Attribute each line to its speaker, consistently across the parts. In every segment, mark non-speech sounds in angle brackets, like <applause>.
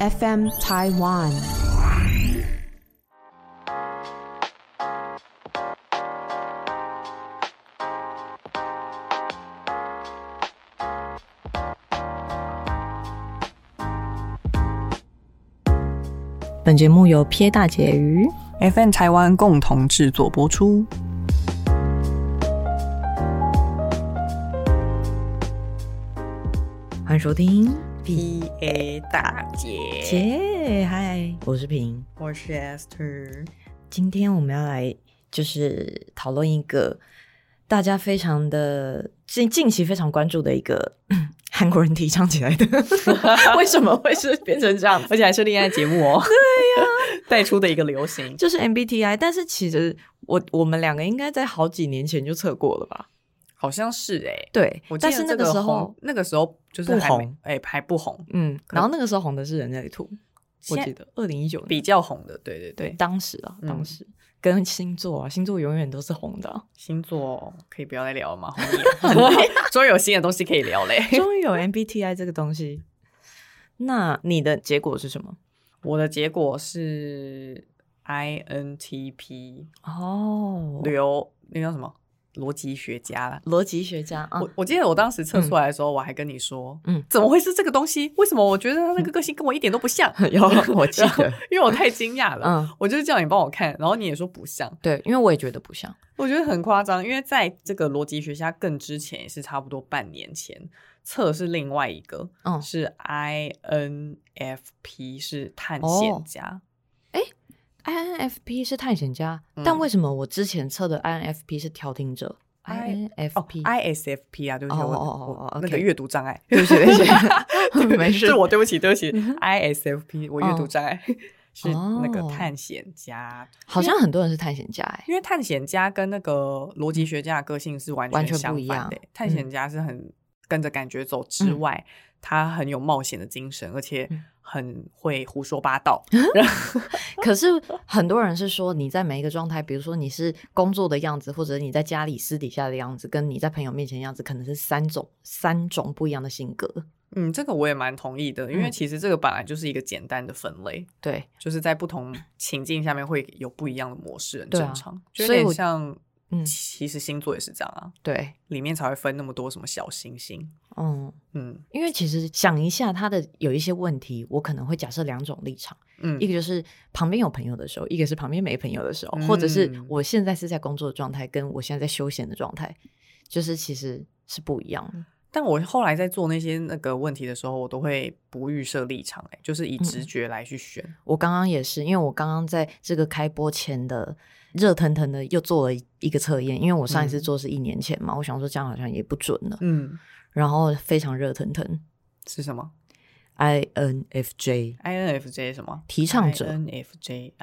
Speaker 1: FM Taiwan。
Speaker 2: 本节目由撇大姐鱼
Speaker 3: FN 台湾共同制作播出。
Speaker 2: 欢迎收听。
Speaker 3: P A 大姐，
Speaker 2: 姐，嗨，我是平。
Speaker 3: 我是 <laughs> Esther。
Speaker 2: 今天我们要来就是讨论一个大家非常的近近期非常关注的一个 <coughs> 韩国人提倡起来的， <laughs> 为什么会是变成这样？
Speaker 3: 而且还是恋爱节目哦。 <laughs> 对呀、带出的一个流
Speaker 2: <laughs>
Speaker 3: 行。
Speaker 2: 就是 MBTI，但是其实我我们两个应该在好几年前就测过了吧？
Speaker 3: 好像是哎、
Speaker 2: 对
Speaker 3: 我，记
Speaker 2: 但
Speaker 3: 得
Speaker 2: 是那
Speaker 3: 这个
Speaker 2: 时
Speaker 3: 红
Speaker 2: 候，
Speaker 3: 那个时候就是
Speaker 2: 不
Speaker 3: 还没
Speaker 2: 红，
Speaker 3: 哎、还不红，
Speaker 2: 嗯，然后那个时候红的是人类图，我
Speaker 3: 现在
Speaker 2: 记得二零一九年
Speaker 3: 比较红的，对对
Speaker 2: 对，
Speaker 3: 对。
Speaker 2: 当时啊，当
Speaker 3: 嗯
Speaker 2: 时、跟星座啊，星座永远都是红的啊、
Speaker 3: 星座可以不要再聊了 <laughs> 吗？红叶终于有新的东西可以聊嘞。
Speaker 2: <laughs> 终于 <laughs> 有 MBTI 这个东西。那你的结果是什么？
Speaker 3: 我的结果是 INTP，
Speaker 2: 哦
Speaker 3: 刘那叫什么逻辑学家啦。
Speaker 2: 逻辑学家啊
Speaker 3: 我，我记得我当时测出来的时候，我还跟你说，
Speaker 2: 嗯
Speaker 3: 嗯，怎么会是这个东西？为什么我觉得他那个个性跟我一点都不像？
Speaker 2: <laughs> 有我记得，
Speaker 3: 因为我太惊讶了。
Speaker 2: 嗯，
Speaker 3: 我就是叫你帮我看，然后你也说不像，
Speaker 2: 对，因为我也觉得不像，
Speaker 3: 我觉得很夸张。因为在这个逻辑学家更之前，也是差不多半年前测是另外一个，
Speaker 2: 嗯
Speaker 3: 是 INFP，是探
Speaker 2: 哦
Speaker 3: 险家。
Speaker 2: ，INFP 是探险家，
Speaker 3: 嗯
Speaker 2: 但为什么我之前测的 INFP 是调停者
Speaker 3: I- 哦
Speaker 2: ？INFP，
Speaker 3: ，ISFP 啊，对不起，
Speaker 2: 哦
Speaker 3: 我
Speaker 2: 哦哦哦
Speaker 3: 我
Speaker 2: OK
Speaker 3: 那个阅读障碍，
Speaker 2: 对不 <laughs> 起，对不起，没事嗯
Speaker 3: 是， <laughs> 我对不起，对不起，ISFP 我阅
Speaker 2: 哦
Speaker 3: 读障碍是那个
Speaker 2: 哦
Speaker 3: 探险家，
Speaker 2: 好像很多人是探险家
Speaker 3: <laughs>
Speaker 2: 哎，
Speaker 3: 因为探险家跟那个逻辑学家的个性是完
Speaker 2: 完全
Speaker 3: 相
Speaker 2: 不一
Speaker 3: 反
Speaker 2: 样
Speaker 3: 的欸。探险家是很跟着感觉走之外，他很有冒险的精神，而且
Speaker 2: 嗯
Speaker 3: 很会胡说八道。
Speaker 2: 可是很多人是说你在每一个状态，比如说你是工作的样子，或者你在家里私底下的样子，跟你在朋友面前的样子，可能是三种三种不一样的性格。
Speaker 3: 嗯，这个我也蛮同意的，因为
Speaker 2: 嗯
Speaker 3: 其实这个本来就是一个简单的分类，
Speaker 2: 对，
Speaker 3: 就是在不同情境下面会有不一样的模式，很
Speaker 2: 对啊
Speaker 3: 正常。就有
Speaker 2: 所以
Speaker 3: 点
Speaker 2: 我
Speaker 3: 像，
Speaker 2: 嗯
Speaker 3: 其实星座也是这样啊，
Speaker 2: 对，
Speaker 3: 里面才会分那么多什么小星星。
Speaker 2: 嗯，
Speaker 3: 嗯
Speaker 2: 因为其实想一下，他的有一些问题，我可能会假设两种立场，
Speaker 3: 嗯
Speaker 2: 一个就是旁边有朋友的时候，一个是旁边没朋友的时候，
Speaker 3: 嗯
Speaker 2: 或者是我现在是在工作的状态，跟我现在在休闲的状态，就是其实是不一样的。
Speaker 3: 但我后来在做那些那个问题的时候，我都会不预设立场、欸，就是以
Speaker 2: 嗯
Speaker 3: 直觉来去选。
Speaker 2: 我刚刚也是，因为我刚刚在这个开播前的热腾腾的又做了一个测验，因为我上一次
Speaker 3: 嗯
Speaker 2: 做是一年前嘛，我想说这样好像也不准了，
Speaker 3: 嗯，
Speaker 2: 然后非常热腾腾
Speaker 3: 是什么
Speaker 2: ，INFJ
Speaker 3: ？INFJ 什么？
Speaker 2: 提倡者，嗯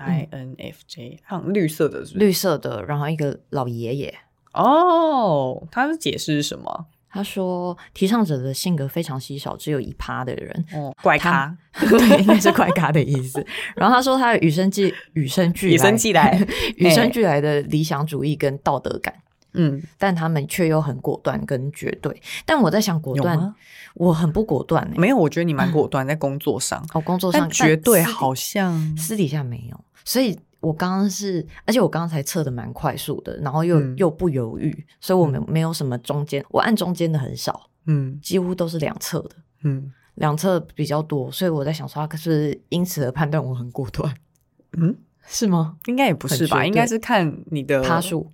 Speaker 3: ，INFJ，INFJ，好像绿色的是不是
Speaker 2: 绿色的，然后一个老爷爷，
Speaker 3: 哦，它的解释是什么？
Speaker 2: 他说提倡者的性格非常稀少，只有一趴的
Speaker 3: <laughs>
Speaker 2: 人，
Speaker 3: 哦，怪
Speaker 2: 他
Speaker 3: 咖，
Speaker 2: 对，应该是怪咖的意思。然后他说他有与生俱与生俱来
Speaker 3: 与生欸俱来
Speaker 2: 与生俱来的理想主义跟道德感。
Speaker 3: 嗯，
Speaker 2: 但他们却又很果断跟绝对。但我在想， <laughs> 果
Speaker 3: 有
Speaker 2: 断
Speaker 3: 吗，
Speaker 2: 我很不果断、欸。
Speaker 3: 没有，我觉得你蛮果断在工作上，
Speaker 2: 哦，工作上
Speaker 3: 但绝对
Speaker 2: 私底
Speaker 3: 好像
Speaker 2: 私底下没有。所以我刚刚是，而且我刚刚才测的蛮快速的，然后又、
Speaker 3: 嗯
Speaker 2: 又不犹豫，所以我们没有什么中间，我按中间的很少，
Speaker 3: 嗯
Speaker 2: 几乎都是两侧的。
Speaker 3: 嗯
Speaker 2: 两侧比较多，所以我在想说，他是不是因此而判断我很果断，
Speaker 3: 嗯，
Speaker 2: <laughs> 是吗？
Speaker 3: 应该也不是
Speaker 2: 很绝
Speaker 3: 吧？
Speaker 2: 对
Speaker 3: 应该是看你的
Speaker 2: 趴数，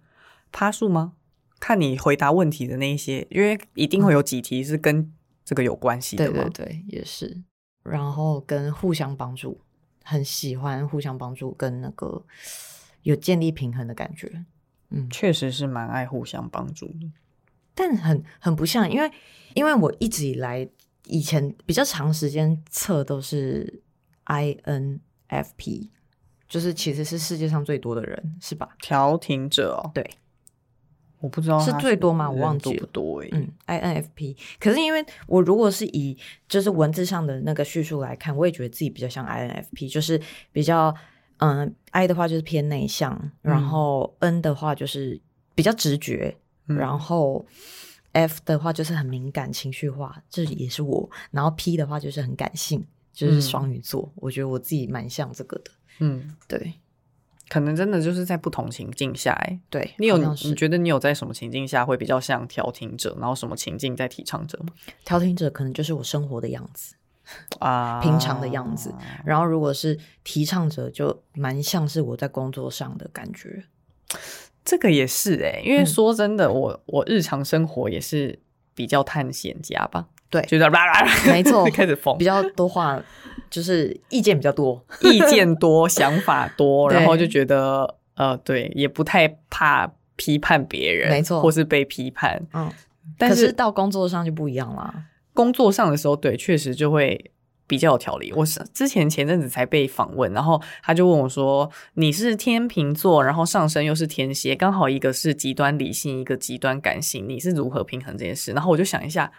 Speaker 3: 趴数吗？看你回答问题的那一些，因为一定会有几题是跟这个有关系
Speaker 2: 嗯
Speaker 3: 的
Speaker 2: 对
Speaker 3: 嘛。
Speaker 2: 对对，也是。然后跟互相帮助，很喜欢互相帮助，跟那个有建立平衡的感觉。嗯，
Speaker 3: 确实是蛮爱互相帮助的。
Speaker 2: 但很很不像，因为因为我一直以来以前比较长时间测都是 INFP，就是其实是世界上最多的人，是吧？
Speaker 3: 调停者哦，
Speaker 2: 对，
Speaker 3: 我不知道
Speaker 2: 是
Speaker 3: 他
Speaker 2: 最多吗我忘记
Speaker 3: 人
Speaker 2: 了
Speaker 3: 多不多哎、
Speaker 2: 嗯，INFP。可是因为我如果是以就是文字上的那个叙述来看，我也觉得自己比较像 INFP，就是比较嗯，I 的话就是偏内向，然后 N 的话就是比较直觉，
Speaker 3: 嗯
Speaker 2: 然后 F 的话就是很敏感情绪化，这也是我。然后 P 的话就是很感性，就是
Speaker 3: 嗯
Speaker 2: 双鱼座，我觉得我自己蛮像这个的。
Speaker 3: 嗯，
Speaker 2: 对
Speaker 3: 可能真的就是在不同情境下、欸，
Speaker 2: 对，
Speaker 3: 你有
Speaker 2: 好像
Speaker 3: 你
Speaker 2: 是
Speaker 3: 觉得你有在什么情境下会比较像调停者，然后什么情境在提倡者吗？
Speaker 2: 调停者可能就是我生活的样子，
Speaker 3: 啊，
Speaker 2: 平常的样子然后如果是提倡者，就蛮像是我在工作上的感觉。
Speaker 3: 这个也是哎、因为
Speaker 2: 嗯
Speaker 3: 说真的，我我日常生活也是比较探险家吧，
Speaker 2: 对 <laughs>
Speaker 3: 就是叭叭叭，
Speaker 2: 没错
Speaker 3: 开始疯
Speaker 2: 比，较多话，就是意见比较多。
Speaker 3: 意见多，想法多，
Speaker 2: 对
Speaker 3: 然后就觉得呃，对，也不太怕批判别人，
Speaker 2: 没错
Speaker 3: 或是被批判，
Speaker 2: 嗯，
Speaker 3: 但
Speaker 2: 可是
Speaker 3: 是
Speaker 2: 到工作上就不一样啦。
Speaker 3: 工作上的时候，对，确实就会比较有条理。我是之前前阵子才被访问，然后他就问我说：“你是天秤座，然后上升又是天蝎，刚好一个是极端理性，一个极端感性，你是如何平衡这件事？”然后我就想一下，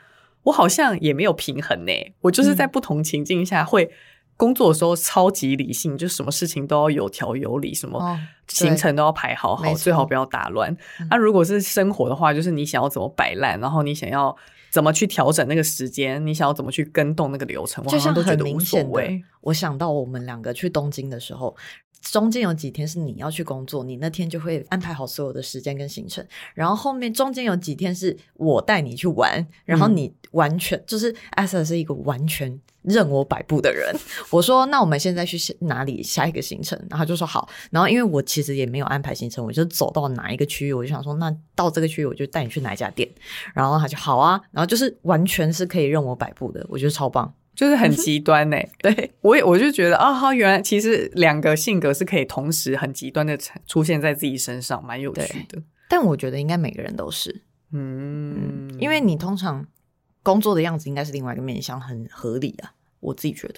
Speaker 3: 我好像也没有平衡呢、我就是在
Speaker 2: 嗯
Speaker 3: 不同情境下会。工作的时候超级理性，就什么事情都要有条有理，什么
Speaker 2: 哦
Speaker 3: 行
Speaker 2: 对
Speaker 3: 程都要排好好，
Speaker 2: 没
Speaker 3: 最好
Speaker 2: 错
Speaker 3: 不要打乱。那、
Speaker 2: 嗯
Speaker 3: 如果是生活的话，就是你想要怎么摆烂，然后你想要怎么去调整那个时间，你想要怎么去跟动那个流程，我
Speaker 2: 就
Speaker 3: 好
Speaker 2: 像
Speaker 3: 像都觉
Speaker 2: 很
Speaker 3: 得无
Speaker 2: 明
Speaker 3: 所
Speaker 2: 显的
Speaker 3: 谓。，
Speaker 2: 我想到我们两个去东京的时候，中间有几天是你要去工作，你那天就会安排好所有的时间跟行程，然后后面中间有几天是我带你去玩，然后
Speaker 3: 嗯
Speaker 2: 你完全、就是 a s a 是一个完全任我摆布的人。我说那我们现在去哪里下一个行程，然后他就说好，然后因为我其实也没有安排行程，我就走到哪一个区域，我就想说那到这个区域我就带你去哪一家店，然后他就好啊，然后就是完全是可以任我摆布的，我觉得超棒。
Speaker 3: 就是
Speaker 2: 嗯
Speaker 3: 很极端呢、欸对我也我就觉得啊，好，原来其实两个性格是可以同时很极端的出现在自己身上，蛮有趣的。
Speaker 2: 但我觉得应该每个人都是，
Speaker 3: 嗯，
Speaker 2: 因为你通常工作的样子应该是另外一个面向，很合理啊，我自己觉得。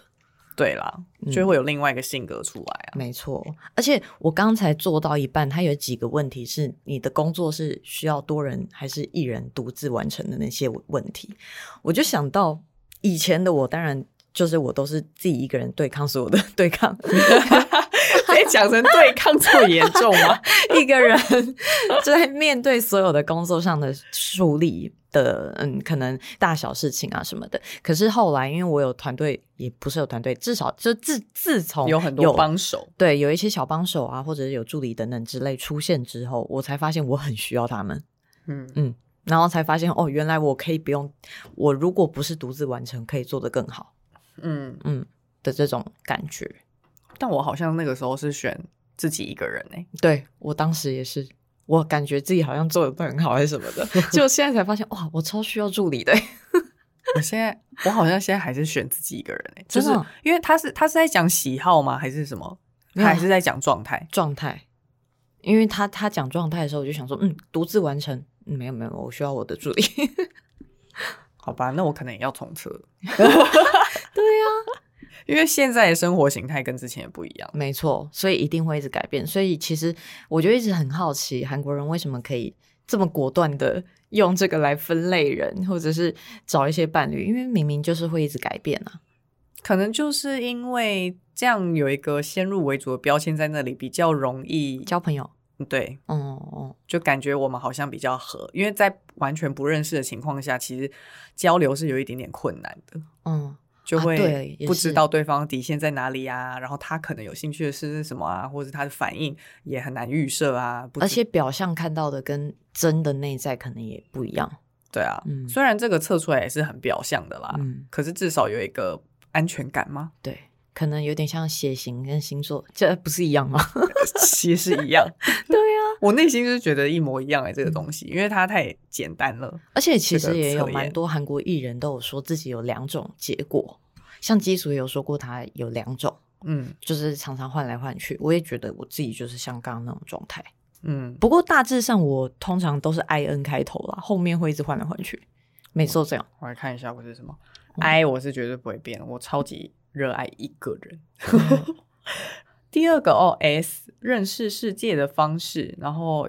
Speaker 3: 对啦，
Speaker 2: 嗯
Speaker 3: 就会有另外一个性格出来啊。 <laughs>
Speaker 2: 没错，而且我刚才做到一半，它有几个问题是你的工作是需要多人还是一人独自完成的那些问题，我就想到以前的我，当然就是我都是自己一个人对抗所有的 <laughs> 对抗，
Speaker 3: 可以讲成对抗这么严重
Speaker 2: <laughs>
Speaker 3: 吗？
Speaker 2: 一个人在面对所有的工作上的树立的，嗯，可能大小事情啊什么的。可是后来，因为我有团队，也不是有团队，至少就自自从
Speaker 3: 有很多帮手，
Speaker 2: 对有一些小帮手啊，或者是有助理等等之类出现之后，我才发现我很需要他们，
Speaker 3: 嗯，
Speaker 2: 然后才发现哦，原来我可以不用，我如果不是独自完成，可以做得更好
Speaker 3: 嗯，
Speaker 2: 的这种感觉。
Speaker 3: 但我好像那个时候是选自己一个人欸 <laughs> 呢、
Speaker 2: 对我当时也是。我感觉自己好像做的不很好还是什么
Speaker 3: <laughs>
Speaker 2: 的，就现在才发现，哇，我超需要助理的。
Speaker 3: 我现在我好像现在还是选自己一个人、欸，就是
Speaker 2: 真的哦
Speaker 3: 因为他是他是在讲喜好吗？还是什么？
Speaker 2: 没
Speaker 3: 他
Speaker 2: 有啊
Speaker 3: 还是在讲状态？
Speaker 2: 状态，因为他他讲状态的时候，我就想说，嗯，独自完成，嗯没有没有，我需要我的助理。
Speaker 3: 好吧，那我可能也要重测， <laughs>
Speaker 2: 对
Speaker 3: 啊
Speaker 2: 呀、
Speaker 3: 因为现在的生活形态跟之前也不一样。
Speaker 2: <laughs> 没错，所以一定会一直改变。所以其实我就一直很好奇，韩国人为什么可以这么果断的用这个来分类人，或者是找一些伴侣，因为明明就是会一直改变啊。
Speaker 3: 可能就是因为这样有一个先入为主的标签在那里，比较容易
Speaker 2: 交朋友，
Speaker 3: 对，
Speaker 2: 哦、哦，
Speaker 3: 就感觉我们好像比较合，因为在完全不认识的情况下，其实交流是有一点点困难的。
Speaker 2: 嗯，
Speaker 3: 就
Speaker 2: 啊
Speaker 3: 会
Speaker 2: 对也
Speaker 3: 不知
Speaker 2: 是
Speaker 3: 道对方底线在哪里啊，然后他可能有兴趣的事是什么啊，或者他的反应也很难预设啊。不
Speaker 2: 而
Speaker 3: 知
Speaker 2: 且表象看到的跟真的内在可能也不一样。
Speaker 3: 对啊，
Speaker 2: 嗯
Speaker 3: 虽然这个测出来也是很表象的啦，
Speaker 2: 嗯，
Speaker 3: 可是至少有一个安全感吗？ <laughs>
Speaker 2: 对，可能有点像血型跟星座，这不是一样吗？ <laughs>
Speaker 3: 其实一样，
Speaker 2: 对啊，
Speaker 3: 我内心就是觉得一模一样哎、这
Speaker 2: 嗯
Speaker 3: 个东西，因为它太简单了。
Speaker 2: 而且其
Speaker 3: 这个
Speaker 2: 实也
Speaker 3: 测
Speaker 2: 有
Speaker 3: 验
Speaker 2: 蛮多韩国艺人都有说自己有两种结果，像基叔也有说过他有两种，
Speaker 3: 嗯
Speaker 2: 就是常常换来换去。我也觉得我自己就是像刚刚那种状态，
Speaker 3: 嗯，
Speaker 2: 不过大致上我通常都是 I N 开头啦，后面会一直换来换去，每次都这样。
Speaker 3: 我来看一下我是什么
Speaker 2: 嗯
Speaker 3: ，I 我是绝对不会变，我超级热爱一个
Speaker 2: <laughs>
Speaker 3: 人。第二个哦，S 认识世界的方式，然后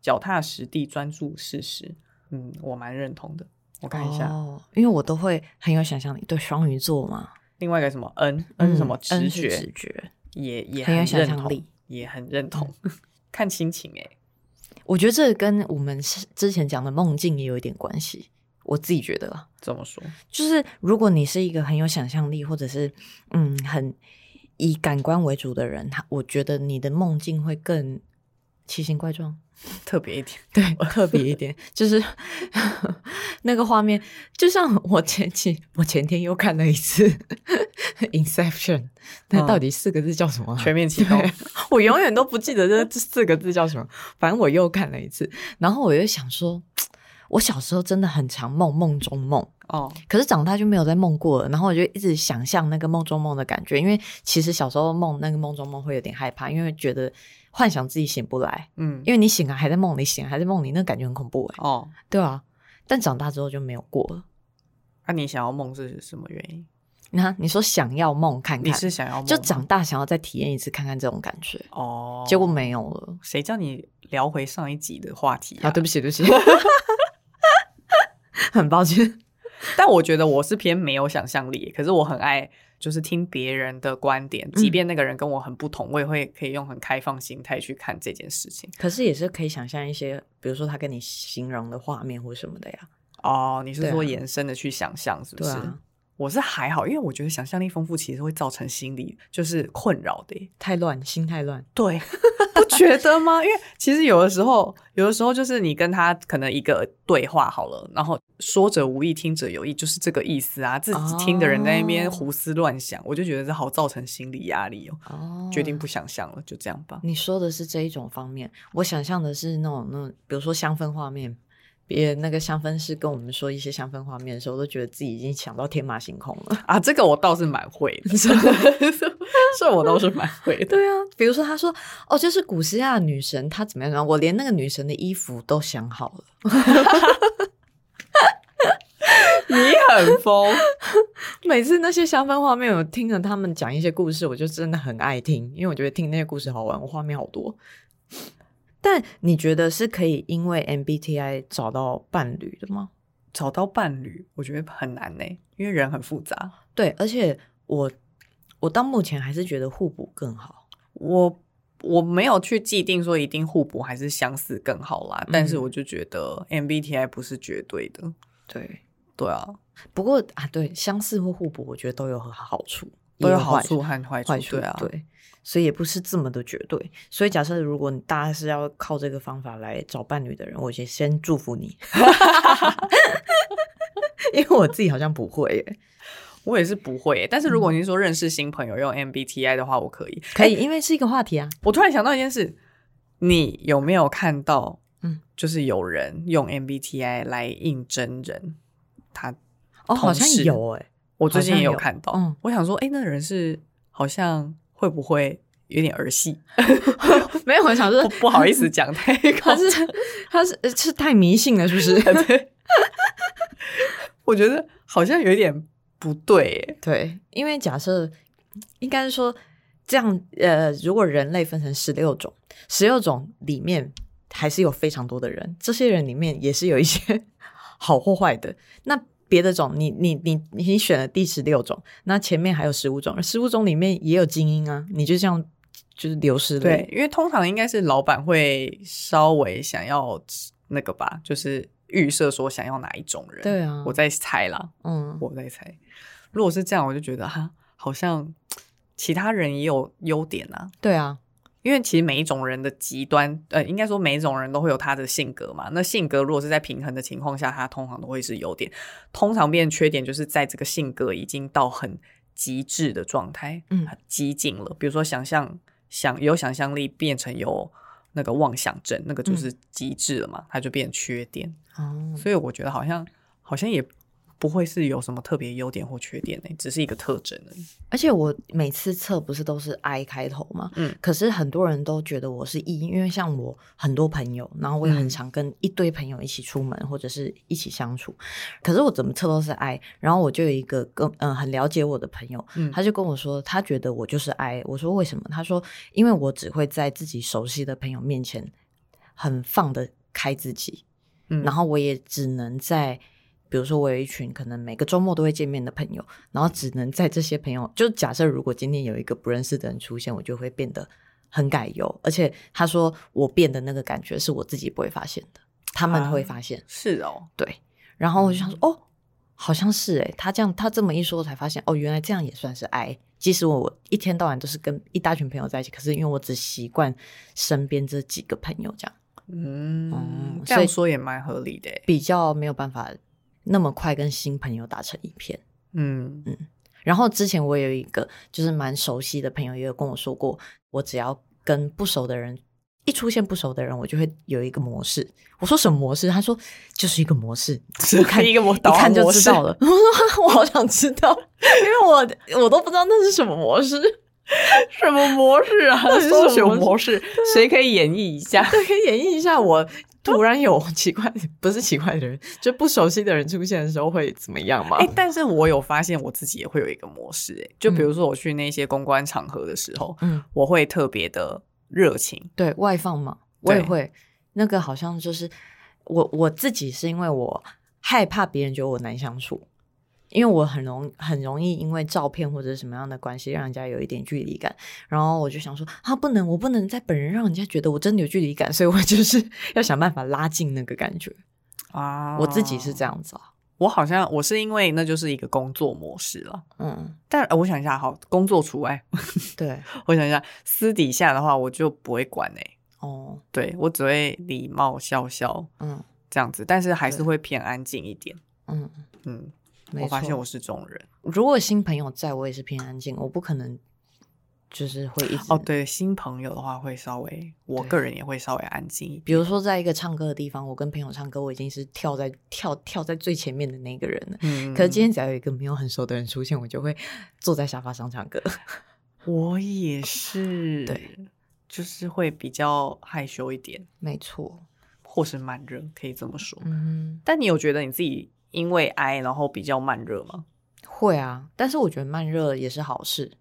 Speaker 3: 脚踏实地，专注事实。嗯，我蛮认同的。我看一下，
Speaker 2: 哦，因为我都会很有想象力，对双鱼座嘛，
Speaker 3: 另外一个什么 N N 是什么、
Speaker 2: 嗯
Speaker 3: 直
Speaker 2: N 是
Speaker 3: 觉，
Speaker 2: 直觉，
Speaker 3: 也也
Speaker 2: 很有想
Speaker 3: 认
Speaker 2: 象
Speaker 3: 同
Speaker 2: 力，嗯
Speaker 3: 也很认同。 <laughs> 看心情哎、
Speaker 2: 我觉得这个跟我们之前讲的梦境也有一点关系。我自己觉得啦，
Speaker 3: 怎么说？
Speaker 2: 就是如果你是一个很有想象力，或者是嗯很以感官为主的人，他我觉得你的梦境会更奇形怪
Speaker 3: <laughs>
Speaker 2: 状。
Speaker 3: 特别一点，
Speaker 2: 对，特别一点，就是 <laughs> 那个画面，就像我前期我前天又看了一次 Inception，那
Speaker 3: 嗯
Speaker 2: 到底四个字叫什么啊、
Speaker 3: 全面启动
Speaker 2: 对。 <laughs> 我永远都不记得这这四个字叫什么，反正我又看了一次，然后我又想说，我小时候真的很常梦梦中梦，
Speaker 3: 哦，
Speaker 2: 可是长大就没有再梦过了，然后我就一直想象那个梦中梦的感觉，因为其实小时候梦那个梦中梦会有点害怕，因为觉得幻想自己醒不来，
Speaker 3: 嗯，
Speaker 2: 因为你醒来还在梦里，醒来还在梦里，那感觉很恐怖哎、
Speaker 3: 哦，
Speaker 2: 对啊，但长大之后就没有过了。
Speaker 3: 那、啊你想要梦是什么原因？
Speaker 2: 你看，你说想要梦看看，
Speaker 3: 你是想要梦
Speaker 2: 就长大想要再体验一次看看这种感觉，
Speaker 3: 哦，
Speaker 2: 结果没有了。
Speaker 3: 谁叫你聊回上一集的话题啊？
Speaker 2: 啊，对不起， <laughs> 对不起，很抱歉。
Speaker 3: 但我觉得我是偏没有想象力，可是我很爱就是听别人的观点，
Speaker 2: 嗯
Speaker 3: 即便那个人跟我很不同，我也会可以用很开放心态去看这件事情。
Speaker 2: 可是也是可以想象一些，比如说他跟你形容的画面或什么的呀。
Speaker 3: 哦，你是
Speaker 2: 对啊
Speaker 3: 说延伸的去想象是不
Speaker 2: 对
Speaker 3: 是？
Speaker 2: 啊，
Speaker 3: 我是还好，因为我觉得想象力丰富其实会造成心理就是困扰的耶。
Speaker 2: 太乱，心太乱。
Speaker 3: 对，不 <laughs> 觉得吗？因为其实有的时候，有的时候就是你跟他可能一个对话好了，然后说者无意，听者有意，就是这个意思啊。自己听的人在那边
Speaker 2: 哦
Speaker 3: 胡思乱想，我就觉得这好造成心理压力哦。
Speaker 2: 哦
Speaker 3: 决定不想象了，就这样 <laughs> 吧。
Speaker 2: 你说的是这一种方面，我想象的是那种那种，比如说香氛画面，别人那个香氛师跟我们说一些香氛画面的时候，我都觉得自己已经想到天马行空了。
Speaker 3: 啊，这个我倒是蛮会的， <laughs> 这我倒是蛮会的。
Speaker 2: 对啊，比如说他说哦，就是古希腊女神她怎么样怎么样，我连那个女神的衣服都想好了，
Speaker 3: 你很疯，
Speaker 2: 每次那些香氛画面，我听着他们讲一些故事，我就真的很爱听，因为我觉得听那些故事好玩，我画面好多。但你觉得是可以因为 MBTI 找到伴侣的吗？
Speaker 3: <laughs> 找到伴侣我觉得很难呢、因为人很复杂。
Speaker 2: 对，而且我我到目前还是觉得互补更好。
Speaker 3: 我我没有去既定说一定互补还是相似更好啦，但是我就觉得 MBTI 不是绝对的。
Speaker 2: 对，
Speaker 3: 对啊，
Speaker 2: 不过啊，对，相似或互补，我觉得都有好处，
Speaker 3: 都
Speaker 2: 也
Speaker 3: 有好
Speaker 2: 坏
Speaker 3: 处和坏处，
Speaker 2: 坏处
Speaker 3: 对啊，
Speaker 2: 对，所以也不是这么的绝对。所以假设如果你大家是要靠这个方法来找伴侣的人，我先先祝福 <laughs> 你，因为我自己好像不会 <laughs> 耶，
Speaker 3: 我也是不会、但是如果你是说认识新朋友用 MBTI 的话，我可以。
Speaker 2: 可以，因为是一个话题啊。
Speaker 3: 我突然想到一件事，你有没有看到？
Speaker 2: 嗯
Speaker 3: 嗯，就是有人用 MBTI 来应征人，他
Speaker 2: 哦，好
Speaker 3: 同
Speaker 2: 像 <laughs>
Speaker 3: 事
Speaker 2: 有哎，
Speaker 3: 我最近
Speaker 2: 好像
Speaker 3: 也有
Speaker 2: 有
Speaker 3: 看到，
Speaker 2: 嗯
Speaker 3: 我想说，哎、那人是好像会不会有点儿戏？
Speaker 2: 没有，我想说
Speaker 3: 不不好意思讲太高
Speaker 2: 他，是他是呃是太迷信了，是不 <laughs> 是？
Speaker 3: 对，我觉得好像有一点不对耶，
Speaker 2: 对，因为假设应该是说这样，呃，如果人类分成十六种，十六种里面还是有非常多的人，这些人里面也是有一些 <laughs> 好或坏的。那别的种，你你你你选了第十六种，那前面还有十五种，十五种里面也有精英啊，你就这样就是流失了。
Speaker 3: 对，，因为通常应该是老板会稍微想要那个吧，就是预设说想要哪一种人，
Speaker 2: 对啊
Speaker 3: 我在猜啦，
Speaker 2: 嗯，
Speaker 3: 我在猜，如果是这样，我就觉得哈，好像其他人也有优点啊，
Speaker 2: 对啊，
Speaker 3: 因为其实每一种人的极端，呃，应该说每一种人都会有他的性格嘛。那性格如果是在平衡的情况下，他通常都会是优点，通常变成缺点就是在这个性格已经到很极致的状态，
Speaker 2: 嗯
Speaker 3: 很激进了。比如说想象想有想象力变成有那个妄想症，那个
Speaker 2: 嗯
Speaker 3: 就是极致了嘛，它就变成缺点。
Speaker 2: 哦，
Speaker 3: 所以我觉得好像好像也不会是有什么特别优点或缺点呢、只是一个特征而已。
Speaker 2: 而且我每次测不是都是 I 开头嘛，
Speaker 3: 嗯
Speaker 2: 可是很多人都觉得我是 E，因为像我很多朋友，然后我也很
Speaker 3: 嗯
Speaker 2: 常跟一堆朋友一起出门或者是一起相处，可是我怎么测都是 I，然后我就有一个跟嗯、很了解我的朋友，
Speaker 3: 嗯
Speaker 2: 他就跟我说他觉得我就是 I，我说为什么？他说因为我只会在自己熟悉的朋友面前很放得开自己，
Speaker 3: 嗯
Speaker 2: 然后我也只能在，比如说我有一群可能每个周末都会见面的朋友，然后只能在这些朋友，就假设如果今天有一个不认识的人出现，我就会变得很改油，而且他说我变的那个感觉是我自己不会发现的，他们会
Speaker 3: 啊嗯
Speaker 2: 发现，
Speaker 3: 是哦，
Speaker 2: 对。然后我就想说，哦，好像是诶、他这样他这么一说，我才发现哦，原来这样也算是爱。即使我一天到晚都是跟一大群朋友在一起，可是因为我只习惯身边这几个朋友，这样
Speaker 3: 嗯
Speaker 2: 哦，
Speaker 3: 这
Speaker 2: 所以
Speaker 3: 样说也蛮合理的欸。
Speaker 2: 比较没有办法那么快跟新朋友打成一片。
Speaker 3: 嗯
Speaker 2: 然后之前我有一个就是蛮熟悉的朋友，也有跟我说过，我只要跟不熟的人一出现不熟的人，我就会有一个模式。我说什么模式？他说 <laughs> 就是一个模式，
Speaker 3: 是
Speaker 2: 看
Speaker 3: 一个我
Speaker 2: 一
Speaker 3: 导
Speaker 2: 看
Speaker 3: 航
Speaker 2: 就
Speaker 3: 模
Speaker 2: 知
Speaker 3: 式
Speaker 2: 道了。 <laughs> 我说我好想知道，因为我我都不知道那是什么模式， <laughs>
Speaker 3: 什么模式啊？
Speaker 2: 到底是
Speaker 3: 搜
Speaker 2: 什
Speaker 3: 寻
Speaker 2: 么
Speaker 3: 模式，谁可以演绎
Speaker 2: <laughs>
Speaker 3: 一下？
Speaker 2: 对，可以演绎一下我。突然有奇怪，不是奇怪的人，就不熟悉的人出现的时候会怎么样吗？
Speaker 3: 哎、但是我有发现我自己也会有一个模式、哎，就比如说我去那些公关场合的时候，
Speaker 2: 嗯，
Speaker 3: 我会特别的热情，
Speaker 2: 对外放嘛，我也
Speaker 3: 对
Speaker 2: 会。那个好像就是我我自己是因为我害怕别人觉得我难相处，因为我很容很容易因为照片或者什么样的关系让人家有一点距离感，然后我就想说啊，不能，我不能在本人让人家觉得我真的有距离感，所以我就是 <laughs> 要想办法拉近那个感觉。
Speaker 3: 啊
Speaker 2: 我自己是这，样子啊，
Speaker 3: 我好像我是因为那就是一个工作模式了。
Speaker 2: 嗯，
Speaker 3: 但、呃我想一下，好，工作除外。
Speaker 2: 对，
Speaker 3: 我想一下，私底下的话，我就不会管哎、
Speaker 2: 哦，
Speaker 3: 对我只会礼貌笑笑
Speaker 2: 嗯
Speaker 3: 这样子，但是还是
Speaker 2: 对
Speaker 3: 会偏安静一点。
Speaker 2: 嗯，
Speaker 3: 嗯，
Speaker 2: 没
Speaker 3: 我发
Speaker 2: 错
Speaker 3: 现我是这种人。
Speaker 2: 如果新朋友在我也是偏安静，我不可能就是会一直
Speaker 3: 哦，对，新朋友的话会稍微，我
Speaker 2: 对
Speaker 3: 个人也会稍微安
Speaker 2: <laughs>
Speaker 3: 静一点。
Speaker 2: 比如说，在一个唱歌的地方，我跟朋友唱歌，我已经是跳在跳跳在最前面的那个人了。
Speaker 3: 嗯
Speaker 2: 可是今天只要有一个没有很熟的人出现，我就会坐在沙发上唱歌。 <laughs>
Speaker 3: 嗯我也是，
Speaker 2: 对，
Speaker 3: 就是会比较害羞一点，
Speaker 2: 没错，
Speaker 3: 或是慢热，可以这么说。
Speaker 2: 嗯，
Speaker 3: 但你有觉得你自己因为哀然后比较慢热吗？
Speaker 2: 会啊。但是我觉得慢热也是好事，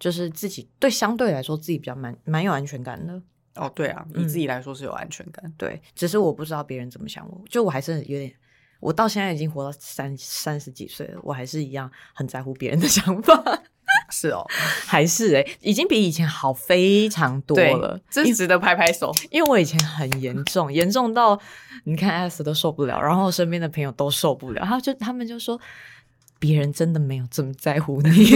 Speaker 2: 就是自己对相对来说自己比较蛮蛮有安全感的。
Speaker 3: 哦，对啊，
Speaker 2: 嗯
Speaker 3: 你自己来说是有安全感，
Speaker 2: 对，只是我不知道别人怎么想我，就我还是有点。我到现在已经活到三三十几岁了，我还是一样很在乎别人的想法， <laughs>
Speaker 3: 是哦，
Speaker 2: 还是诶、已经比以前好非常多
Speaker 3: 对
Speaker 2: 了。，
Speaker 3: 这值得拍拍
Speaker 2: <laughs>
Speaker 3: 手。
Speaker 2: 因为我以前很严重， <laughs> 严重到你看 S 都受不了，然后身边的朋友都受不了，他就他们就说别人真的没有这么在乎你， <laughs>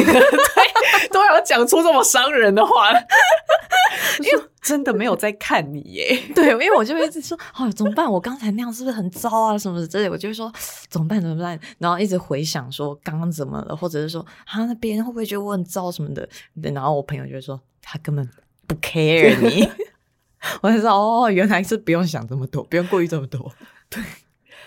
Speaker 3: 都要讲出这么伤人的话，因为真的没有在看你耶。
Speaker 2: <laughs> 对，因为我就会一直说哦怎么办？我刚才那样是不是很糟啊？什么之类的，我就会说怎么办怎么办？然后一直回想说刚刚怎么了，或者是说啊那别人会不会觉得我很糟什么的？然后我朋友就会说他根本不 care 你。 <laughs> 我就说哦，原来是不用想这么多，不用顾虑这么多。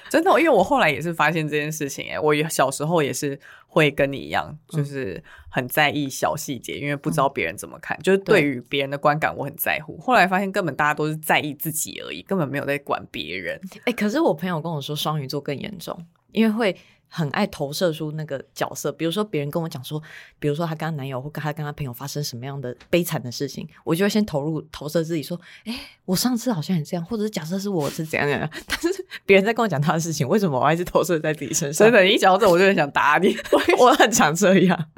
Speaker 3: 真的，哦因为我后来也是发现这件事情，哎，我也小时候也是会跟你一样，就是很在意小细节，因为不知道别人怎么看，就是对于别人的观感我很在乎。后来发现根本大家都是在意自己而已，根本没有在管别人。
Speaker 2: 哎、可是我朋友跟我说，双鱼座更严重，因为会很爱投射出那个角色。比如说，别人跟我讲说，比如说她跟她男友或跟她跟她朋友发生什么样的悲惨的事情，我就会先投入投射自己，说，哎、我上次好像也这样，或者是假设是我是怎样怎 <laughs> 样。但是别人在跟我讲他的事情，为什么我还是投射在自己身上？
Speaker 3: 真，的，你一讲到这，我就很想打你。 <laughs> 我也
Speaker 2: 我很常这
Speaker 3: <laughs>
Speaker 2: 样。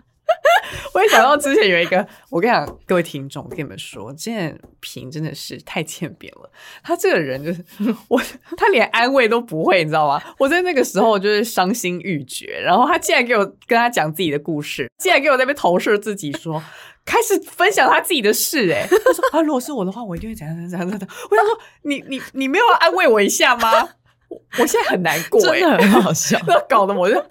Speaker 3: 我也想到之前有一个， <laughs> 我跟你讲，各位听众，我跟你们说，之前平真的是太欠扁了。他这个
Speaker 2: <laughs>
Speaker 3: 人就是我，他连安慰都不会，你知道吗？我在那个时候就是伤心欲绝，然后他竟然给我跟他讲自己的故事，竟然给我在那边投射自己
Speaker 2: <laughs>
Speaker 3: 说。开始分享他自己的事、欸，哎，他说啊，如果是我的话，我一定会怎样怎样怎样怎
Speaker 2: <laughs>
Speaker 3: 样。我想说，你你你没有要安慰我一下吗？我我现在很难过、欸，
Speaker 2: 真的很好笑
Speaker 3: <laughs> ，那搞得我就 <laughs>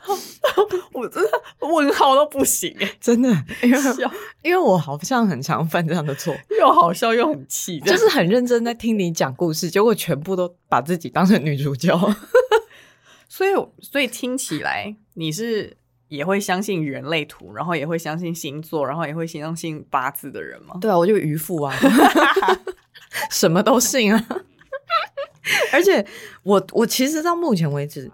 Speaker 3: 我真的问号都不行、欸，
Speaker 2: 真的，因为
Speaker 3: 哎，笑。
Speaker 2: 因为我好像很常犯这样的错，
Speaker 3: <laughs> 又好笑又很气，
Speaker 2: 就
Speaker 3: 就是
Speaker 2: 是很认真在听你讲故事，结果全部都把自己当成女主
Speaker 3: <laughs>
Speaker 2: 角。
Speaker 3: 所以所以听起来你是也会相信人类图，然后也会相信星座，然后也会相信八字的人吗？
Speaker 2: 对啊，我就渔夫啊， <laughs> 什么都信啊。 <laughs> 而且我我其实到目前为止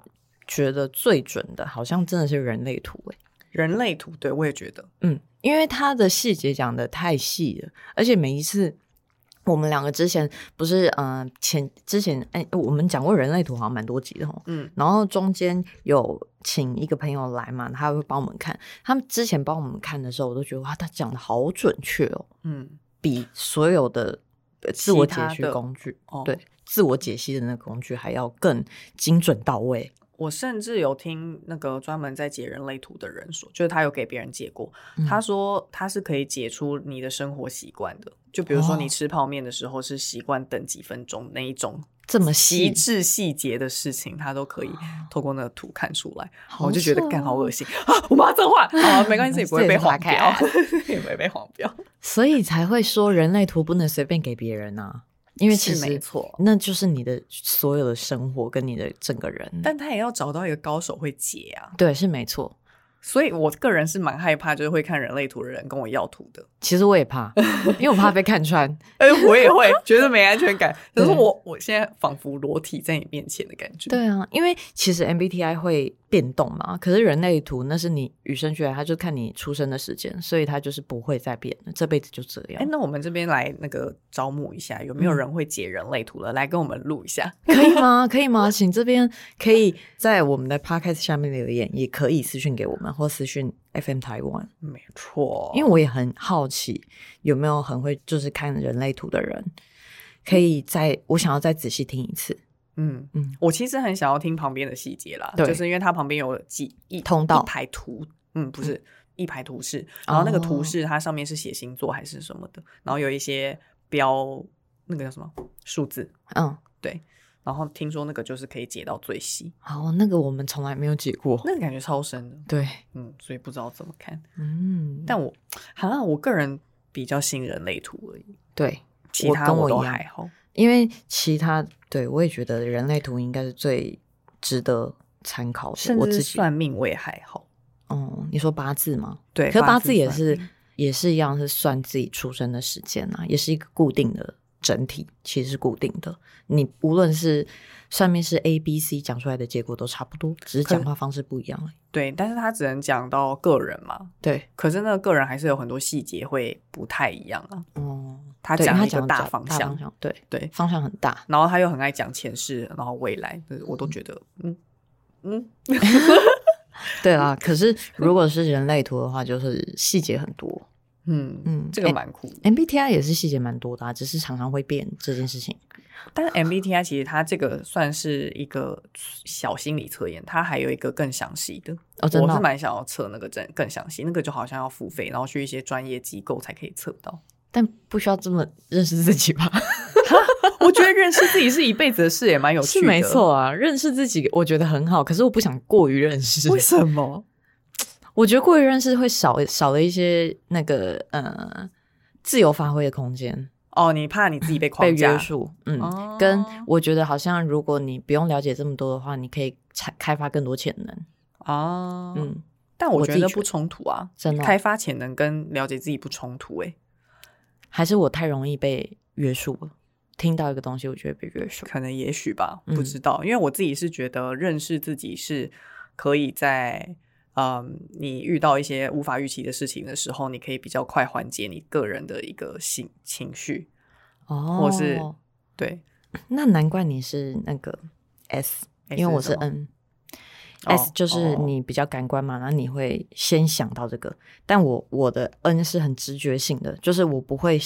Speaker 2: 觉得最准的，好像真的是人类图诶、
Speaker 3: 人类图，对我也觉得，
Speaker 2: 嗯，因为它的细节讲的太细了，而且每一次。我们两个之前不是，嗯、呃，前之前哎、我们讲过人类图好像蛮多集的哦，
Speaker 3: 嗯
Speaker 2: 然后中间有请一个朋友来嘛，他会帮我们看。他们之前帮我们看的时候，我都觉得哇，他讲的好准确哦。
Speaker 3: 嗯，
Speaker 2: 比所有的呃
Speaker 3: 其
Speaker 2: 自我解
Speaker 3: 他
Speaker 2: 析
Speaker 3: 的
Speaker 2: 工具，
Speaker 3: 哦
Speaker 2: 对自我解析的那个工具还要更精准到位。
Speaker 3: 我甚至有听那个专门在解人类图的人说，就是他有给别人解过，
Speaker 2: 嗯
Speaker 3: 他说他是可以解出你的生活习惯的。就比如说
Speaker 2: 哦
Speaker 3: 你吃泡面的时候是习惯等几分钟那一种
Speaker 2: 这么
Speaker 3: 极
Speaker 2: 细，哦
Speaker 3: 致细节的事情，他都可以透过那个图看出来。
Speaker 2: 好
Speaker 3: 我就觉得
Speaker 2: 扯
Speaker 3: 干好
Speaker 2: 哦
Speaker 3: 恶心啊！我骂脏话，好、啊，没关
Speaker 2: <laughs>
Speaker 3: 系，也不
Speaker 2: 这
Speaker 3: 会
Speaker 2: 也
Speaker 3: 被
Speaker 2: 是划
Speaker 3: 黄
Speaker 2: 开
Speaker 3: 标
Speaker 2: 啊，
Speaker 3: <laughs> 也不会被黄标。
Speaker 2: 所以才会说人类图不能随便给别人啊，因为其
Speaker 3: 是没
Speaker 2: 实嗯
Speaker 3: 错
Speaker 2: 那就是你的所有的生活跟你的整个人。
Speaker 3: 但他也要找到一个高手会解啊。
Speaker 2: 对，是没错。
Speaker 3: 所以我个人是蛮害怕，就是会看人类图的人跟我要图的。
Speaker 2: 其实我也
Speaker 3: <laughs>
Speaker 2: 怕，因为我怕被看穿。
Speaker 3: 哎，我也会觉得没安全
Speaker 2: <laughs>
Speaker 3: 感，可是
Speaker 2: 对
Speaker 3: 我我现在仿佛裸体在你面前的感觉。
Speaker 2: 对啊，因为其实 MBTI 会变动嘛，可是人类图那是你与生俱来，它就看你出生的时间，所以它就是不会再变的，这辈子就这
Speaker 3: 哎，
Speaker 2: 样，
Speaker 3: 那我们这边来那个招募一下，有没有
Speaker 2: 嗯
Speaker 3: 人会解人类图的？来跟我们录一下。
Speaker 2: 可以吗？ <laughs> 可以吗？请这边可以在我们的 podcast 下面留言，也可以私讯给我们，或私讯 FM 台湾。
Speaker 3: 没错，
Speaker 2: 因
Speaker 3: 为
Speaker 2: 为我也很好奇，有没有很会就是看人类图的人，可以再我想要再仔细听一次。
Speaker 3: 嗯嗯
Speaker 2: 嗯，
Speaker 3: 我其实很想要听旁边的细节啦，
Speaker 2: 对
Speaker 3: 就是因为它旁边有几一
Speaker 2: 通道
Speaker 3: 一排图，嗯，不是一排图示，然后那个
Speaker 2: 哦
Speaker 3: 图示它上面是写星座还是什么的，然后有一些标那个叫什么数字，
Speaker 2: 嗯，
Speaker 3: 然后听说那个就是可以解到最细，
Speaker 2: 好，那个我们从来没有解过。
Speaker 3: 那个感觉超深的，
Speaker 2: 对，
Speaker 3: 嗯，所以不知道怎么看。
Speaker 2: 嗯，
Speaker 3: 但我好像我个人比较信人类图而已，
Speaker 2: 对，
Speaker 3: 其
Speaker 2: 我
Speaker 3: 他
Speaker 2: 跟我
Speaker 3: 都
Speaker 2: 一样
Speaker 3: 还好。
Speaker 2: 因为其他对我也觉得人类图应该是最值得参考的。
Speaker 3: 甚
Speaker 2: 我
Speaker 3: 至
Speaker 2: 自己，
Speaker 3: 算命我也还好。
Speaker 2: 嗯，你说八字吗？
Speaker 3: 对，
Speaker 2: 可是八字也
Speaker 3: 算
Speaker 2: 是
Speaker 3: 命
Speaker 2: 也是一样是算自己出生的时间啊，也是一个固定的整体，其实是固定的。你无论是算命是 A、B、C 讲出来的结果都差不多，只是
Speaker 3: 可
Speaker 2: 讲话方式不一样而已。
Speaker 3: 对，但是他只能讲到个人嘛。
Speaker 2: 对，
Speaker 3: 可是那个个人还是有很多细节会不太一样啊。
Speaker 2: 哦、
Speaker 3: 他
Speaker 2: 对因
Speaker 3: 讲
Speaker 2: 为他
Speaker 3: 了一个
Speaker 2: 讲
Speaker 3: 大
Speaker 2: 得
Speaker 3: 方
Speaker 2: 大
Speaker 3: 向
Speaker 2: 方，向，对，
Speaker 3: 对，
Speaker 2: 方向很
Speaker 3: <laughs>
Speaker 2: 大。
Speaker 3: 然后他又很爱讲前世，然后未来，就是我都觉得，嗯嗯，
Speaker 2: 对
Speaker 3: 啊
Speaker 2: 啦，可是如果是人类图的话，就是细节很多。
Speaker 3: 嗯嗯
Speaker 2: 嗯，
Speaker 3: 这个
Speaker 2: 哎
Speaker 3: 蛮酷的。
Speaker 2: MBTI 也是细节蛮多的、啊，只是常常会变这件事情。<laughs>
Speaker 3: 但是 MBTI 其实它这个算是一个小心理测验，它还有一个更详细的。
Speaker 2: 哦，真
Speaker 3: 我
Speaker 2: 的
Speaker 3: 是
Speaker 2: 哦、
Speaker 3: 蛮想要测那个更更详细，那个就好像要付费，然后去一些专业机构才可以测到。 <laughs>
Speaker 2: 但不需要这么认识自己吧？
Speaker 3: 我觉得认识自己是一辈子的事，也蛮有趣的。
Speaker 2: 是没，错啊，认识自己我觉得很好，可是我不想过于认识。
Speaker 3: 为什么？
Speaker 2: <laughs> 我觉得过于认识会少少了一些那个呃自由发挥的空间，
Speaker 3: 哦，你怕你自己被框
Speaker 2: 被
Speaker 3: 架
Speaker 2: 约束。嗯，
Speaker 3: 哦
Speaker 2: 跟我觉得好像如果你不用了解这么多的话，你可以开开发更多潜能。
Speaker 3: 啊？嗯，
Speaker 2: 嗯，
Speaker 3: 但我
Speaker 2: 我
Speaker 3: 觉
Speaker 2: 自己
Speaker 3: 得
Speaker 2: 觉
Speaker 3: 不
Speaker 2: 得
Speaker 3: 冲突啊，
Speaker 2: 真的哦
Speaker 3: 开发潜能跟了解自己不冲突、欸，
Speaker 2: 还是我太容易被约束了。听到一个东西，我就会被约束。
Speaker 3: 可能也许吧，
Speaker 2: 嗯
Speaker 3: 不知道，因为我自己是觉得认识自己是可以在。嗯，你遇到一些无法预期的事情的时候，你可以比较快缓解你个人的一个情情绪，
Speaker 2: 哦，
Speaker 3: 或是对，
Speaker 2: 那难怪你是那个 S，
Speaker 3: 哎
Speaker 2: 因为我是嗯
Speaker 3: 什么
Speaker 2: N。
Speaker 3: 哦
Speaker 2: S 就是
Speaker 3: 哦
Speaker 2: 你比较感官嘛，然后你会先想到这个。但我我的 N 是很直觉性的，就是我不会，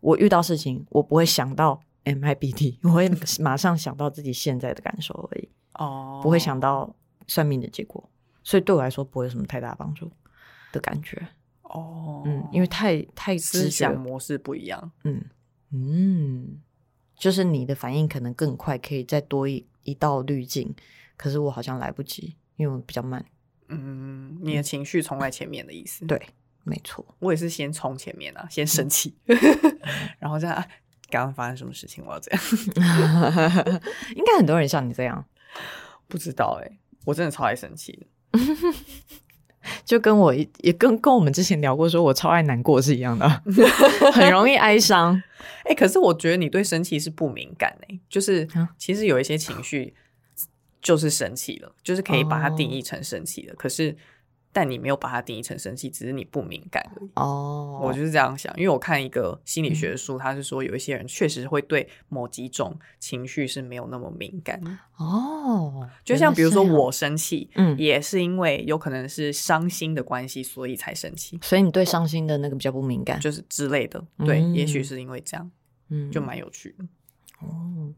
Speaker 2: 我遇到事情我不会想到 MIBT，我
Speaker 3: <laughs>
Speaker 2: 会马上想到自己现在的感受而已，
Speaker 3: 哦，
Speaker 2: 不会想到算命的结果，所以对我来说不会有什么太大帮助的感觉。
Speaker 3: 哦，
Speaker 2: 嗯，因为太太
Speaker 3: 思
Speaker 2: 直觉
Speaker 3: 想，模式不一样，
Speaker 2: 嗯嗯，就是你的反应可能更快，可以再多一一道滤镜，可是我好像来不及，因为我比较慢。
Speaker 3: 嗯，你的情绪冲在前面的意思，
Speaker 2: 对，没
Speaker 3: <laughs>
Speaker 2: 错。
Speaker 3: 我也是先冲前面啊，
Speaker 2: 嗯
Speaker 3: 先生气， <laughs> 然后再啊刚刚发生什么事情，我要这样， <laughs>
Speaker 2: 应该很多人像你这样，
Speaker 3: 不知道哎、我真的超爱生气的，
Speaker 2: 就跟我一也跟跟我们之前聊过，说我超爱难过是一样
Speaker 3: <laughs>
Speaker 2: 的，很容易哀伤。
Speaker 3: 哎、可是我觉得你对生气是不敏感哎、就是
Speaker 2: 啊
Speaker 3: 其实有一些情绪就是生气了，就是可以把它定
Speaker 2: 哦
Speaker 3: 义成生气的，可是但你没有把它定义成生气，只是你不敏感而已。
Speaker 2: 哦，嗯
Speaker 3: 我就是这样想，因为我看一个心理学的书，他是说有一些人确实会对某几种情绪是没有那么敏感的，
Speaker 2: 哦，
Speaker 3: 就像比如说
Speaker 2: 啊原来是这样，
Speaker 3: 我生气，
Speaker 2: 嗯
Speaker 3: 也是因为有可能是伤心的关系，所以才生气，
Speaker 2: 所以你对伤心的那个比较不敏感，
Speaker 3: 就是之类的。对，
Speaker 2: 嗯
Speaker 3: 也许是因为这样，
Speaker 2: 嗯
Speaker 3: 就蛮有趣的。
Speaker 2: 哦，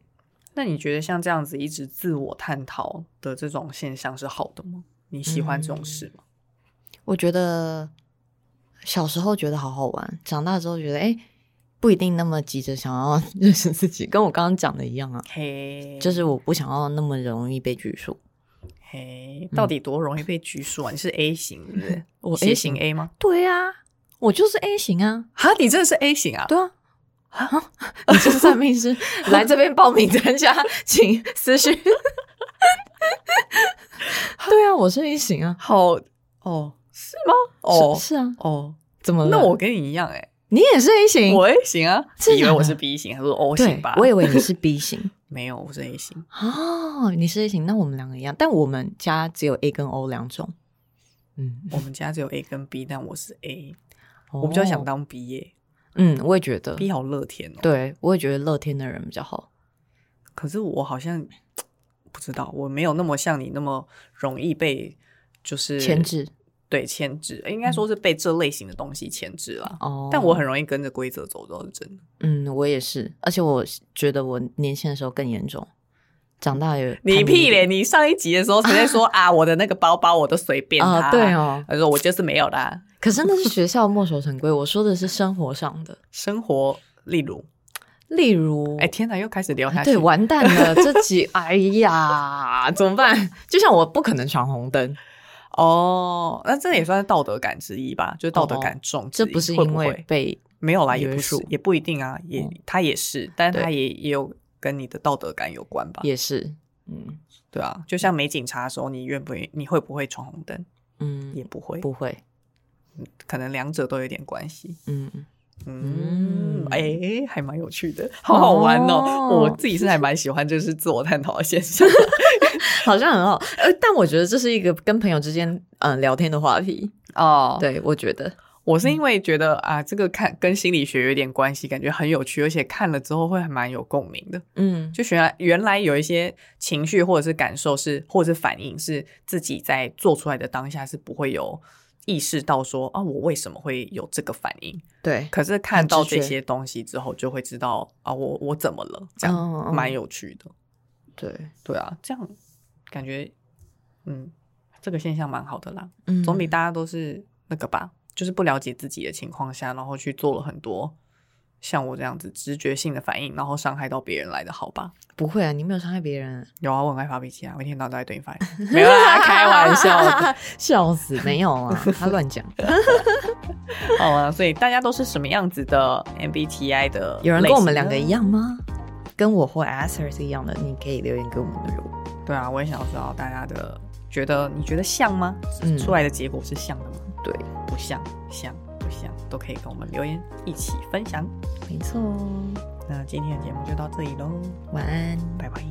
Speaker 3: 那你觉得像这样子一直自我探讨的这种现象是好的吗？你喜欢这种事
Speaker 2: 嗯
Speaker 3: 吗？
Speaker 2: 我觉得小时候觉得好好玩，长大之后觉得哎、诶不一定那么急着想要 <laughs> 认识自己，跟我刚刚讲的一样啊，
Speaker 3: 嘿，
Speaker 2: 就是我不想要那么容易被拘束。
Speaker 3: 嘿，到底多容易被拘束啊？你是 A 型，是不是？
Speaker 2: 嗯 <laughs> 我
Speaker 3: 血
Speaker 2: A
Speaker 3: 型
Speaker 2: 型
Speaker 3: A 吗？
Speaker 2: 对啊，我就是 A 型啊，
Speaker 3: 哈，你真的是 A 型啊？
Speaker 2: 对啊。啊， <laughs> 你是算命师，来这边报名参加，请私讯。 <laughs> 对啊，我是 A 型啊，
Speaker 3: 好哦，是吗？哦
Speaker 2: 是是啊，
Speaker 3: 哦，
Speaker 2: 怎么了？
Speaker 3: 那我跟你一样哎，
Speaker 2: 你也是 A 型，
Speaker 3: 我 A 型啊，
Speaker 2: 真的
Speaker 3: 以为我是
Speaker 2: 假
Speaker 3: B 型，还是 O
Speaker 2: 嗯对
Speaker 3: 型吧？，
Speaker 2: 我以为你是 B 型
Speaker 3: 没有，我是 A 型。
Speaker 2: 哦，你是 A 型，那我们两个一样，但我们家只有 A 跟 O 两种。嗯，
Speaker 3: 我们家只有 A 跟 B，但我是 A，我比较想
Speaker 2: 哦，
Speaker 3: 当 B 耶
Speaker 2: 嗯，我也觉得，
Speaker 3: ，B 好乐天哦。
Speaker 2: 对我也觉得乐天的人比较好。
Speaker 3: 可是我好像不知道，我没有那么像你那么容易被就是
Speaker 2: 牵，制
Speaker 3: 对牵制，应该说是被这类型的东西牵制啦。
Speaker 2: 哦，
Speaker 3: 但我很容易跟着规则走，都是真的。
Speaker 2: 嗯，我也是，而且我觉得我年轻的时候更严重，长大也
Speaker 3: 你
Speaker 2: 叛逆
Speaker 3: 屁
Speaker 2: 一点
Speaker 3: 嘞！你上一集的时候才
Speaker 2: <laughs>
Speaker 3: 在说啊，我的那个包包我都随便
Speaker 2: 啊、
Speaker 3: 它
Speaker 2: 对，哦。
Speaker 3: 他说我就是没有啦。
Speaker 2: 可是那是学校墨守成规，我说的是生活上的，
Speaker 3: 生活，例如，
Speaker 2: 例如，
Speaker 3: <laughs> 哎、天哪，又开始聊下去。
Speaker 2: 哦对，完蛋
Speaker 3: <laughs>
Speaker 2: 了，这集，哎呀，怎么办？就像我不可能闯红灯，
Speaker 3: 哦，那这也算是道德感之一吧，就是道德感重之
Speaker 2: 哦这
Speaker 3: 一、
Speaker 2: 不是
Speaker 3: 会
Speaker 2: 因为
Speaker 3: 会
Speaker 2: 被
Speaker 3: 没有啦，也不
Speaker 2: 约
Speaker 3: 是
Speaker 2: 束，嗯
Speaker 3: 也不一定啊，也、他也是，但
Speaker 2: 对
Speaker 3: 他也也有跟你的道德感有关吧？
Speaker 2: 也是，嗯
Speaker 3: 对啊，就像没警察的时候，你愿不愿，你会不会闯红灯？也
Speaker 2: 嗯，
Speaker 3: 不会，
Speaker 2: 不会，
Speaker 3: 可能两者都有点关系。
Speaker 2: 嗯，嗯，
Speaker 3: 嗯哎、还蛮有趣的，好好玩哦！
Speaker 2: 哦
Speaker 3: 我自己是还蛮喜欢，就是自我探讨的现
Speaker 2: <laughs>
Speaker 3: 象。
Speaker 2: 好像很好，呃，但我觉得这是一个跟朋友之间嗯、呃聊天的话题，
Speaker 3: 哦，
Speaker 2: 对我觉得，
Speaker 3: 我是因为觉得啊，这个看跟心理学有点关系，感觉很有趣，而且看了之后会还蛮有共鸣的。
Speaker 2: 嗯
Speaker 3: 就原来原来有一些情绪或者是感受是，或者是反应是自己在做出来的当下是不会有意识到说啊，我为什么会有这个反应？
Speaker 2: 对，
Speaker 3: 可是看到
Speaker 2: 很直觉
Speaker 3: 这些东西之后，就会知道啊，我我怎么了？这样、
Speaker 2: 嗯嗯
Speaker 3: 蛮有趣的。
Speaker 2: 对，
Speaker 3: 对啊，这样感觉嗯，这个现象蛮好的啦，
Speaker 2: 嗯
Speaker 3: 总比大家都是那个吧，就是不了解自己的情况下，然后去做了很多。像我这样子直觉性的反应，然后伤害到别人来的好吧？
Speaker 2: 不会啊，你没有伤害别
Speaker 3: <laughs>
Speaker 2: 人，
Speaker 3: 有啊，我很爱发脾气啊，我一天到晚都在对你发脾气。没有
Speaker 2: <laughs>
Speaker 3: 啦，开玩笑的。，
Speaker 2: 笑死，没有
Speaker 3: <laughs>
Speaker 2: 啊，他乱讲。
Speaker 3: 好啊，所以大家都是什么样子的 MBTI 的？
Speaker 2: 有人跟我们两个一？样吗？跟我或 Acer 是一样的，你可以留言给我们的如果
Speaker 3: 对啊，我也想要知道大家的，觉得你觉得像吗？
Speaker 2: 嗯
Speaker 3: 出来的结果是像的吗？
Speaker 2: 对，
Speaker 3: 不像，像不像，都可以跟我们留言一起分享。
Speaker 2: 没错哦。
Speaker 3: 那今天的节目就到这里喽，
Speaker 2: 晚安。
Speaker 3: 拜拜。